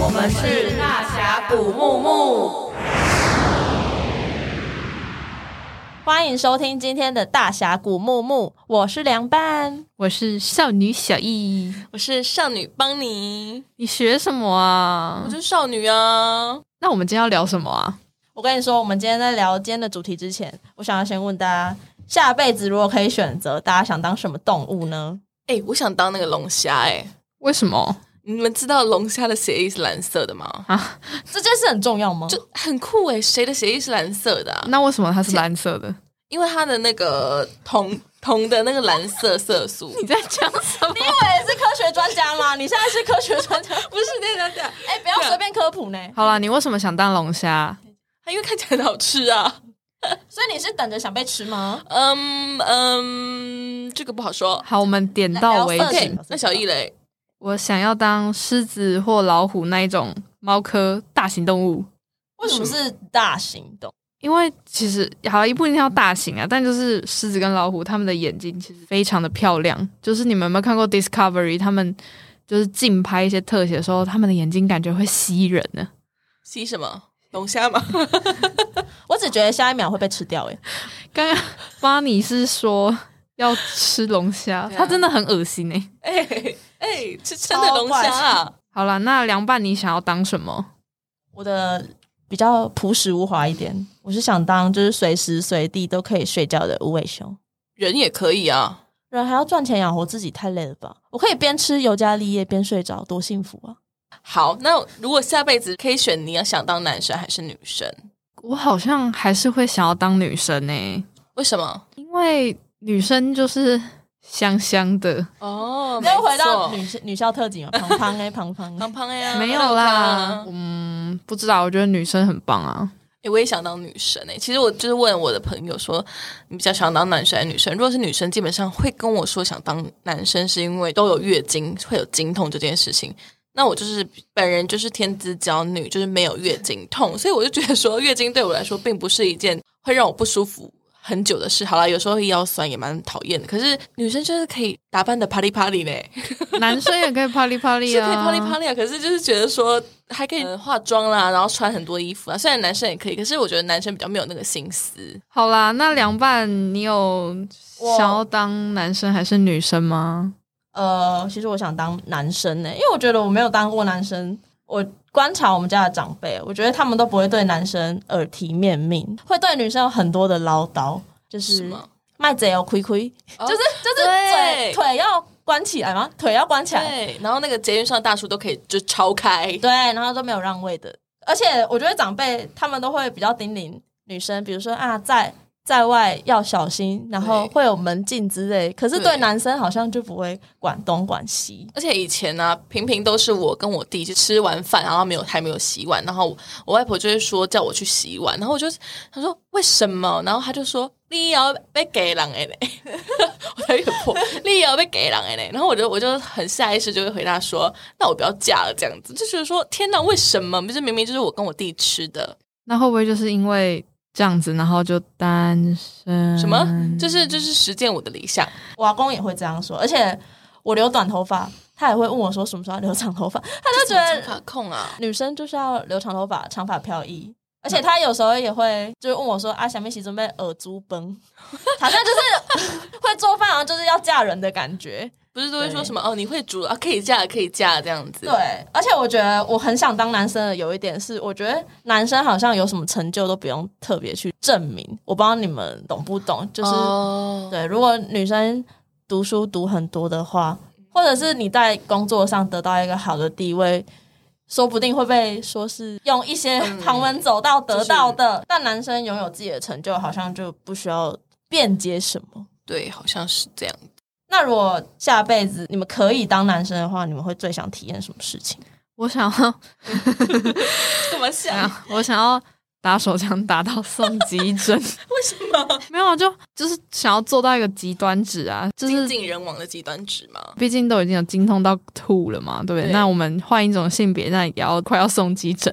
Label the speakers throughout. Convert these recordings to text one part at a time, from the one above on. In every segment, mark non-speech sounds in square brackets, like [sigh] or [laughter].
Speaker 1: 我们是大峡谷木木。欢迎收听今天的大峡谷木木，我是凉拌，
Speaker 2: 我是少女小易，
Speaker 1: 我是少女邦尼，
Speaker 2: 你学什么
Speaker 1: 我
Speaker 2: 啊？
Speaker 1: 是少女啊。
Speaker 2: 那我们今天要聊什么啊？
Speaker 1: 我跟你说，我们今天在聊今天的主题之前，我想要先问大家，下辈子如果可以选择，大家想当什么动物呢？
Speaker 3: 哎、我想当那个龙虾哎！
Speaker 2: 为什么
Speaker 3: 你们知道龙虾的血液是蓝色的吗？
Speaker 2: 啊？
Speaker 1: 这件事很重要吗？
Speaker 3: 就很酷哎！谁的血液是蓝色的、啊？
Speaker 2: 那为什么它是蓝色的？
Speaker 3: 因为它的那个铜铜的那个蓝色色素，
Speaker 2: 你在讲什么？
Speaker 1: 对，是科学专家 [laughs] 吗？你现在是科学专家，
Speaker 3: [laughs] 不是那张讲，
Speaker 1: 哎、 [laughs] 不要随便科普呢。
Speaker 2: [laughs] 好啦，你为什么想当龙虾？
Speaker 3: 它因为看起来很好吃啊。
Speaker 1: 所以你是等着想被吃吗？
Speaker 3: 嗯嗯，这个不好说。
Speaker 2: 好，我们点到为
Speaker 1: 聊色
Speaker 2: 止
Speaker 1: 情。
Speaker 3: 那小易嘞，
Speaker 2: 我想要当狮子或老虎那一种猫科大型动物，
Speaker 1: 为什么是大行动？
Speaker 2: 因为其实好也不一定要大型啊，但就是狮子跟老虎，它们的眼睛其实非常的漂亮。就是你们有没有看过 Discovery？他们就是竞拍一些特写的时候，他们的眼睛感觉会吸人呢、
Speaker 3: 吸什么？龙虾吗？ [laughs]
Speaker 1: 我只觉得下一秒会被吃掉、欸，哎，
Speaker 2: 刚刚巴尼是说要吃龙虾，
Speaker 3: 对啊
Speaker 2: 它真的很恶心哎、
Speaker 3: 哎、哎、吃真的龙虾啊！
Speaker 2: 好了，那凉拌你想要当什么？
Speaker 1: 我的比较朴实无华一点，我是想当就是随时随地都可以睡觉的无尾熊。
Speaker 3: 人也可以啊，
Speaker 1: 人还要赚钱养活自己，太累了吧？我可以边吃尤加利叶边睡着，多幸福啊！
Speaker 3: 好，那如果下辈子可以选，你要想当男生还是女生？
Speaker 2: 我好像还是会想要当女生哎、
Speaker 3: 为什么？
Speaker 2: 因为女生就是香香的，
Speaker 3: 哦，
Speaker 1: 又回到
Speaker 3: 没错
Speaker 1: 女校女校特警啊，胖胖哎，胖胖
Speaker 3: 胖胖呀，
Speaker 2: 没有啦，
Speaker 3: 哎、
Speaker 2: 嗯，不知道，我觉得女生很棒
Speaker 3: [laughs]
Speaker 2: 啊。
Speaker 3: 诶我也想当女生哎、其实我就是问我的朋友说，你比较想当男生还是女生？如果是女生，基本上会跟我说想当男生，是因为都有月经，会有经痛这件事情。那我就是本人就是天之娇女，就是没有月经痛，所以我就觉得说月经对我来说并不是一件会让我不舒服很久的事。好啦，有时候腰酸也蛮讨厌的，可是女生就是可以打扮的啪里啪里嘞。
Speaker 2: 男生也可以啪里啪里
Speaker 3: 是
Speaker 2: 啊，
Speaker 3: 可以啪里啪里啊，可是就是觉得说还可以、呃化妆啦，然后穿很多衣服啊。虽然男生也可以，可是我觉得男生比较没有那个心思。
Speaker 2: 好啦，那凉拌，你有
Speaker 1: 我
Speaker 2: 想要当男生还是女生吗？
Speaker 1: 呃，其实我想当男生欸呢、因为我觉得我没有当过男生。我观察我们家的长辈，我觉得他们都不会对男生耳提面命，会对女生有很多的唠叨，就是是
Speaker 3: 吗
Speaker 1: 卖贼哦，亏亏，就是就是
Speaker 3: 对
Speaker 1: 嘴腿要关起来吗？腿要关起来，
Speaker 3: 对，然后那个捷运上的大叔都可以就超开，
Speaker 1: 对，然后都没有让位的。而且我觉得长辈他们都会比较叮咛女生，比如说啊，在在外要小心，然后
Speaker 3: 对
Speaker 1: 会有门禁之类。可是对
Speaker 3: 对
Speaker 1: 男生好像就不会管东管西。
Speaker 3: 而且以前呢、啊，平平都是我跟我弟就吃完饭，然后没有还没有洗碗，然后我我外婆就会说叫我去洗碗，然后我就她说为什么？然后她就说你也要被给人哎嘞， [laughs] 我才很破，你也要被给人哎嘞。然后我就我就很下意识就会回答说，那我不要嫁了这样子，就觉得说天哪，为什么？不是明明就是我跟我弟吃的，
Speaker 2: 那会不会就是因为这样子，然后就单身？
Speaker 3: 什么
Speaker 2: 嗯
Speaker 3: 就是就是实践我的理想。
Speaker 1: 我阿公也会这样说，而且我留短头发，他也会问我说什么时候要留长头发。他就觉
Speaker 3: 长
Speaker 1: 得
Speaker 3: 发控啊，
Speaker 1: 女生就是要留长头发，长发飘逸。而且他有时候也会就是问我说啊，小妹洗准备耳珠崩， [laughs] 好像就是 [laughs] 会做饭，好像就是要嫁人的感觉。
Speaker 3: 不是都会说
Speaker 1: 对
Speaker 3: 什么哦，你会煮啊，可以嫁了可以嫁了这样子。
Speaker 1: 对，而且我觉得我很想当男生的有一点是，我觉得男生好像有什么成就都不用特别去证明。我不知道你们懂不懂，就是、
Speaker 3: 哦
Speaker 1: 对，如果女生读书读很多的话，或者是你在工作上得到一个好的地位，说不定会被说是用一些旁门左道得到的。但男生拥有自己的成就，好像就不需要辩解什么。
Speaker 3: 对，好像是这样。
Speaker 1: 那如果下辈子你们可以当男生的话，你们会最想体验什么事情？
Speaker 2: 我想要 [laughs] 哎
Speaker 3: 干嘛想？
Speaker 2: 我想要打手枪打到送急 [laughs] 诊，
Speaker 3: 为什么？
Speaker 2: 没有啊，就就是想要做到一个极端值啊，就
Speaker 3: 精
Speaker 2: 是
Speaker 3: 尽人亡的极端值嘛。
Speaker 2: 毕竟都已经有精通到吐了嘛，对不对？
Speaker 3: 对
Speaker 2: 那我们换一种性别，那也要快要送急诊。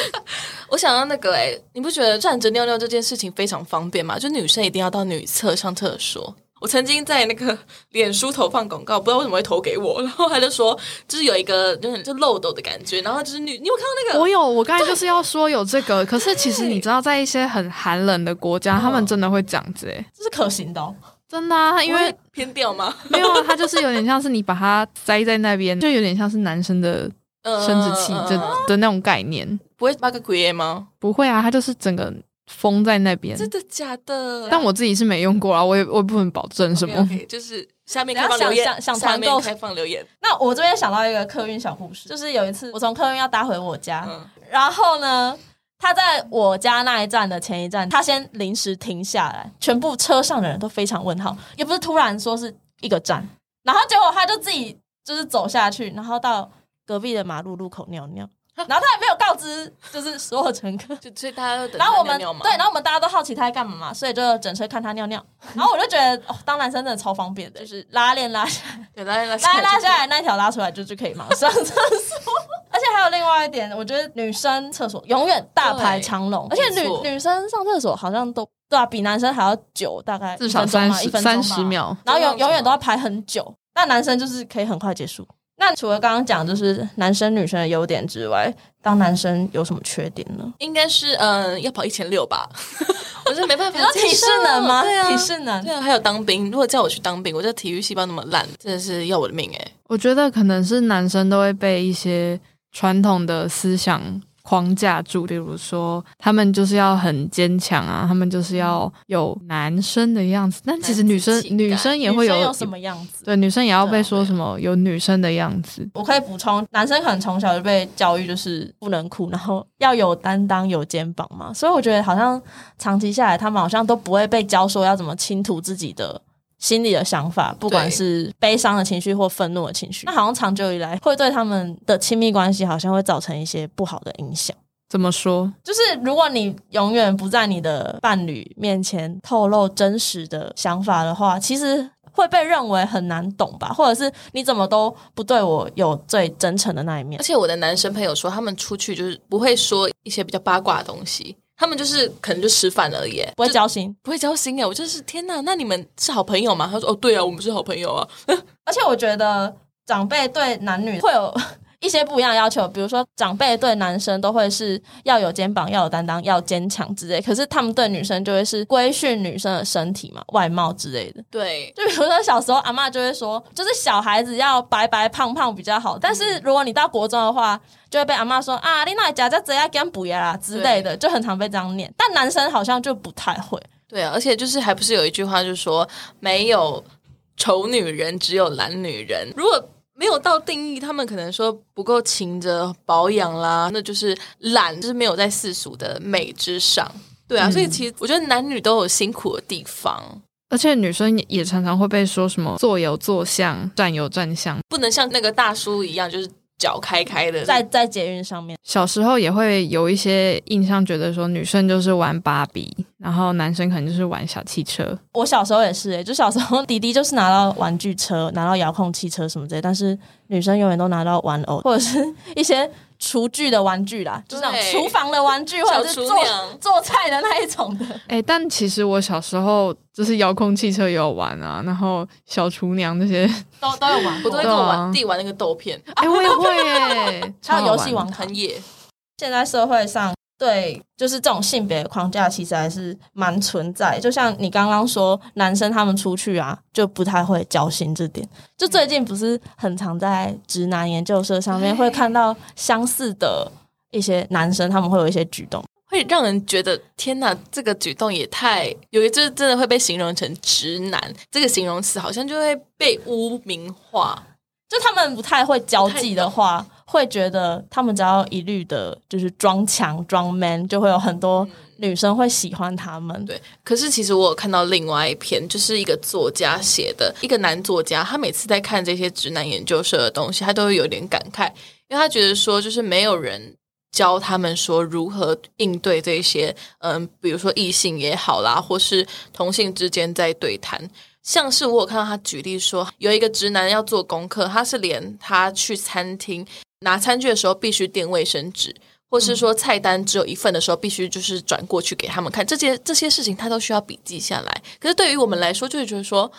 Speaker 2: [laughs]
Speaker 3: 我想到那个欸哎、你不觉得站着尿尿这件事情非常方便吗？就女生一定要到女厕上厕所。我曾经在那个脸书投放广告，不知道为什么会投给我，然后他就说，就是有一个就是就漏斗的感觉，然后就是女，你有看到那个？
Speaker 2: 我有，我刚才就是要说有这个，可是其实你知道，在一些很寒冷的国家，他们真的会这样子、欸，
Speaker 1: 这是可行的、哦。
Speaker 2: 真的、啊，因
Speaker 3: 不
Speaker 2: 为
Speaker 3: 会偏掉吗？
Speaker 2: 没有啊，它就是有点像是你把它栽在那边，就有点像是男生的
Speaker 3: 呃
Speaker 2: [laughs] 生殖器的、的那种概念。
Speaker 3: 嗯不会八个鬼吗？
Speaker 2: 不会啊，它就是整个封在那边。
Speaker 3: 真的假的？
Speaker 2: 但我自己是没用过啊，我也我也不能保证什么。
Speaker 3: o k 就是下面开放留言，
Speaker 1: 想想想
Speaker 3: 下
Speaker 1: 团
Speaker 3: 面
Speaker 1: 购
Speaker 3: 开放留言，
Speaker 1: 那我这边想到一个客运小护士，就是有一次我从客运要搭回我家，
Speaker 3: 嗯
Speaker 1: 然后呢，他在我家那一站的前一站，他先临时停下来，全部车上的人都非常问号，也不是突然说是一个站，然后结果他就自己就是走下去，然后到隔壁的马路路口尿
Speaker 3: [laughs]
Speaker 1: 尿，然后他也没有告知就是所有乘客。
Speaker 3: 就所以大家都等
Speaker 1: 然后我
Speaker 3: 他
Speaker 1: 们
Speaker 3: 尿尿嘛
Speaker 1: 对，然后我们大家都好奇他在干嘛嘛，所以就整车看他尿尿。然后我就觉得，哦，当男生真的超方便的，就是拉链拉下来，
Speaker 3: 对，拉拉
Speaker 1: 拉拉下来那一条拉出来就就可 [laughs] 以马上上厕所。而且还有另外一点，我觉得女生厕所永远大排长龙，而
Speaker 3: 对
Speaker 1: 且
Speaker 3: 没错
Speaker 1: 女女生上厕所好像都对啊，比男生还要久，大概
Speaker 2: [laughs] 至少
Speaker 1: 一分钟
Speaker 2: 三
Speaker 1: 嘛
Speaker 2: 十
Speaker 1: 一分钟
Speaker 2: 三
Speaker 1: 吧
Speaker 2: 十秒，
Speaker 1: 然后
Speaker 3: 这样
Speaker 1: 永
Speaker 3: 子吗
Speaker 1: 永远都要排很久。但男生就是可以很快结束。那除了刚刚讲就是男生女生的优点之外，当男生有什么缺点呢？
Speaker 3: 应该是嗯、呃要跑一千
Speaker 1: [laughs]
Speaker 3: 六吧，我是没办法
Speaker 1: 你说
Speaker 3: 接
Speaker 1: 体适
Speaker 3: 受
Speaker 1: 能吗？
Speaker 3: 对啊，
Speaker 1: 体适能
Speaker 3: 对啊，还有当兵，如果叫我去当兵，我这体育细胞那么烂，真的是要我的命哎、
Speaker 2: 我觉得可能是男生都会被一些传统的思想框架住，例如说他们就是要很坚强啊，他们就是要有男生的样子。但其实女生
Speaker 3: 男子气概
Speaker 2: 女生也会
Speaker 1: 女生
Speaker 2: 有
Speaker 1: 有什么样子？
Speaker 2: 对女生也要被说
Speaker 3: 对啊
Speaker 2: 什么有女生的样子。
Speaker 1: 我可以补充，男生可能从小就被教育就是不能哭，然后要有担当、有肩膀嘛，所以我觉得好像长期下来，他们好像都不会被教说要怎么倾吐自己的心里的想法，不管是悲伤的情绪或愤怒的情绪。那好像长久以来会对他们的亲密关系好像会造成一些不好的影响。
Speaker 2: 怎么说？
Speaker 1: 就是如果你永远不在你的伴侣面前透露真实的想法的话，其实会被认为很难懂吧，或者是你怎么都不对我有最真诚的那一面
Speaker 3: 而。且我的男生朋友说，他们出去就是不会说一些比较八卦的东西，他们就是可能就吃饭而已、欸，
Speaker 1: 不会
Speaker 3: 就
Speaker 1: 交心，
Speaker 3: 不会交心哎、我就是天哪，那你们是好朋友吗？他说哦，对啊，我们是好朋友啊。
Speaker 1: 而且我觉得长辈对男女会有一些不一样的要求，比如说长辈对男生都会是要有肩膀、要有担当、要坚强之类，可是他们对女生就会是规训女生的身体嘛、外貌之类的。
Speaker 3: 对，
Speaker 1: 就比如说小时候阿嬷就会说，就是小孩子要白白胖胖比较好，但
Speaker 3: 嗯
Speaker 1: 是如果你到国中的话，就会被阿嬷说啊，你那假假怎样干补呀啦之类的，就很常被这样念。但男生好像就不太会，
Speaker 3: 对啊，而且就是还不是有一句话就是说没有丑女人，只有懒女人。如果没有到定义，他们可能说不够勤着保养啦，那就是懒，就是没有在世俗的美之上。对
Speaker 1: 嗯
Speaker 3: 啊，所以其实我觉得男女都有辛苦的地方，
Speaker 2: 而且女生也也常常会被说什么坐有坐相，站有站相。
Speaker 3: 不能像那个大叔一样，就是脚开开的。
Speaker 1: 在在捷运上面，
Speaker 2: 小时候也会有一些印象，觉得说女生就是玩芭比，然后男生可能就是玩小汽车。
Speaker 1: 我小时候也是、欸，就小时候弟弟就是拿到玩具车、拿到遥控汽车什么之类，但是女生永远都拿到玩偶或者是一些厨具的玩具啦，就是那种
Speaker 3: 对
Speaker 1: 厨房的玩具或
Speaker 3: 小
Speaker 1: 者是
Speaker 3: 厨
Speaker 1: 做
Speaker 3: 娘
Speaker 1: 做菜的那一种的。
Speaker 2: 哎、但其实我小时候就是遥控汽车也有玩啊，然后小厨娘这些，
Speaker 1: 都都有玩
Speaker 3: 我
Speaker 1: 过
Speaker 3: 都
Speaker 2: 对
Speaker 3: 会跟
Speaker 2: 啊
Speaker 3: 我玩弟玩那个豆片，啊
Speaker 2: 哎、我也会 [laughs] 哎、超
Speaker 1: 还有
Speaker 2: 好
Speaker 1: 游戏
Speaker 2: 玩
Speaker 1: 王。卡
Speaker 3: 很野。
Speaker 1: 现在社会上对就是这种性别框架其实还是蛮存在。就像你刚刚说，男生他们出去啊就不太会交心这点。就最近不是很常在直男研究社上面
Speaker 3: 对
Speaker 1: 会看到相似的一些男生，他们会有一些举动。
Speaker 3: 会让人觉得天哪，这个举动也太有一就是真的会被形容成直男这个形容词，好像就会被污名化。
Speaker 1: 就他们不太会交际的话，会觉得他们只要一律的就是装强装 man，就会有很多女生会喜欢他们。
Speaker 3: 对，可是其实我有看到另外一篇，就是一个作家写的，一个男作家，他每次在看这些直男研究社的东西，他都会有点感慨，因为他觉得说，就是没有人。教他们说如何应对这些，嗯，比如说异性也好啦，或是同性之间在对谈，像是我有看到他举例说，有一个直男要做功课，他是连他去餐厅拿餐具的时候必须垫卫生纸，或是说菜单只有一份的时候必须就是转过去给他们看，这些这些事情他都需要笔记下来。可是对于我们来说，就会觉得说。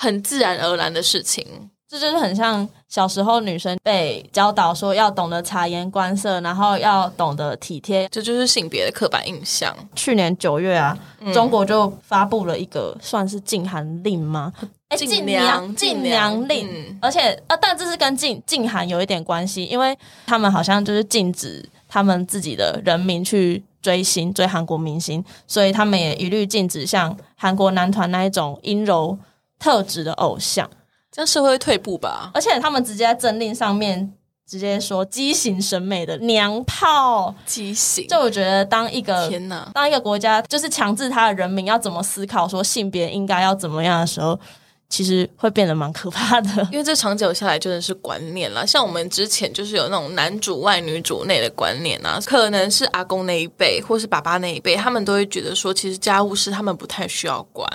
Speaker 3: 很自然而然的事情。
Speaker 1: 这就是很像小时候女生被教导说要懂得察言观色，然后要懂得体贴。
Speaker 3: 这就是性别的刻板印象。
Speaker 1: 去年九月啊，
Speaker 3: 嗯
Speaker 1: 中国就发布了一个算是禁韩令吗？哎
Speaker 3: 禁娘
Speaker 1: 禁娘令。
Speaker 3: 嗯
Speaker 1: 而且呃，但这是跟禁禁韩有一点关系，因为他们好像就是禁止他们自己的人民去追星、追韩国明星，所以他们也一律禁止像韩国男团那一种阴柔特质的偶像，
Speaker 3: 这样社会会退步吧？
Speaker 1: 而且他们直接在政令上面。直接说畸形审美的娘炮，
Speaker 3: 畸形，呃
Speaker 1: 就我觉得当一个
Speaker 3: 天哪！
Speaker 1: 当一个国家就是强制他的人民要怎么思考说性别应该要怎么样的时候，其实会变得蛮可怕的。
Speaker 3: 因为这长久下来真的是观念啦，像我们之前就是有那种男主外女主内的观念啊，可能是阿公那一辈或是爸爸那一辈，他们都会觉得说，其实家务事他们不太需要管。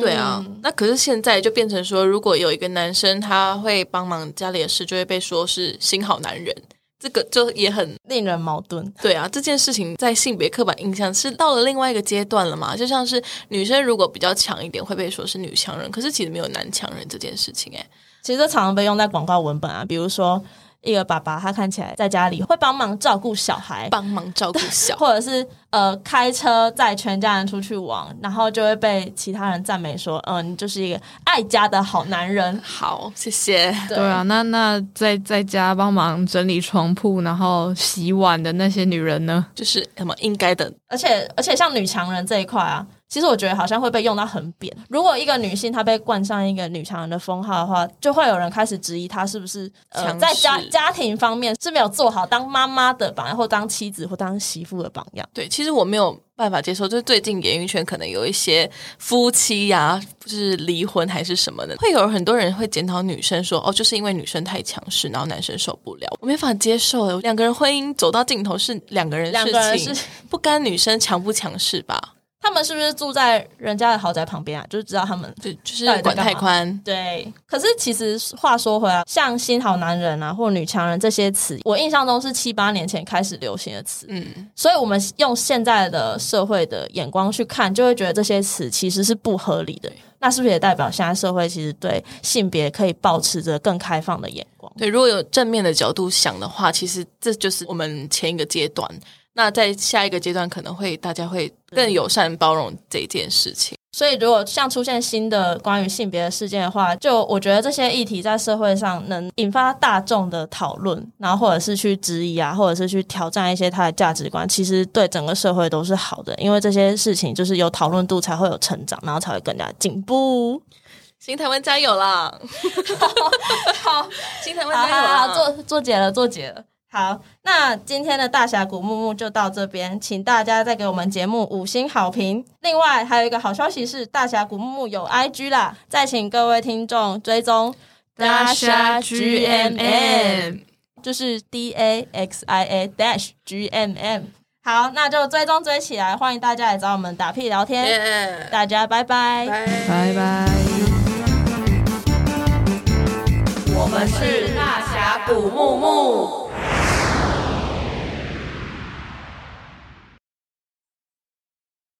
Speaker 3: 对啊，
Speaker 1: 嗯
Speaker 3: 那可是现在就变成说，如果有一个男生他会帮忙家里的事，就会被说是新好男人，这个就也很
Speaker 1: 令人矛盾。
Speaker 3: 对啊。这件事情在性别刻板印象是到了另外一个阶段了嘛？就像是女生如果比较强一点，会被说是女强人，可是其实没有男强人这件事情、欸，哎，
Speaker 1: 其实这常常被用在广告文本啊，比如说一个爸爸他看起来在家里会帮忙照顾小孩，
Speaker 3: 帮忙照顾小。
Speaker 1: 或者是呃开车载全家人出去玩，然后就会被其他人赞美说，嗯、你就是一个爱家的好男人。
Speaker 3: 好，谢谢。
Speaker 1: 对
Speaker 2: 对啊，，那那在在家帮忙整理床铺，然后洗碗的那些女人呢？
Speaker 3: 就是什么应该的，
Speaker 1: 而且而且像女强人这一块啊，其实我觉得好像会被用到很扁。如果一个女性她被冠上一个女强人的封号的话，就会有人开始质疑她是不是呃
Speaker 3: 强势
Speaker 1: 在家家庭方面是没有做好当妈妈的榜样，或当妻子或当媳妇的榜样。
Speaker 3: 对，其实我没有办法接受，就是最近演艺圈可能有一些夫妻呀、就是离婚还是什么的，会有很多人会检讨女生说，哦，就是因为女生太强势，然后男生受不了，我没法接受诶。两个人婚姻走到尽头是两个人
Speaker 1: 两
Speaker 3: 事
Speaker 1: 个人
Speaker 3: 情，
Speaker 1: 是
Speaker 3: 不干女生强不强势吧？
Speaker 1: [laughs] 他们是不是住在人家的豪宅旁边啊？就是知道他们
Speaker 3: 对，就是
Speaker 1: 到底在
Speaker 3: 管
Speaker 1: 干
Speaker 3: 太
Speaker 1: 嘛
Speaker 3: 宽，
Speaker 1: 对。可是其实话说回来，像“新好男人”啊，或“女强人”这些词，我印象中是七八年前开始流行的词，
Speaker 3: 嗯，
Speaker 1: 所以我们用现在的社会的眼光去看，就会觉得这些词其实是不合理的。那是不是也代表现在社会其实对性别可以保持着更开放的眼光？
Speaker 3: 对，如果有正面的角度想的话，其实这就是我们前一个阶段。那在下一个阶段，可能会大家会
Speaker 1: 嗯
Speaker 3: 更友善包容这件事情。
Speaker 1: 所以，如果像出现新的关于性别的事件的话，就我觉得这些议题在社会上能引发大众的讨论，然后或者是去质疑啊，或者是去挑战一些他的价值观，其实对整个社会都是好的，因为这些事情就是有讨论度才会有成长，然后才会更加进步。
Speaker 3: 新台湾加油啦！
Speaker 1: [laughs] 好，
Speaker 3: 新台湾
Speaker 1: 好
Speaker 3: 加油啦！
Speaker 1: 好好，做做解了，做解了。好，那今天的大峡谷木木就到这边，请大家再给我们节目五星好评。另外还有一个好消息是，大峡谷木木有 IG 啦，再请各位听众追踪
Speaker 2: 大侠 GMM
Speaker 1: 就是 D A X I A dash G M M。好，那就追踪追起来，欢迎大家来找我们打屁聊天。
Speaker 3: 耶
Speaker 1: 大家拜拜，
Speaker 2: 拜拜。
Speaker 1: 我们是大峡谷木木。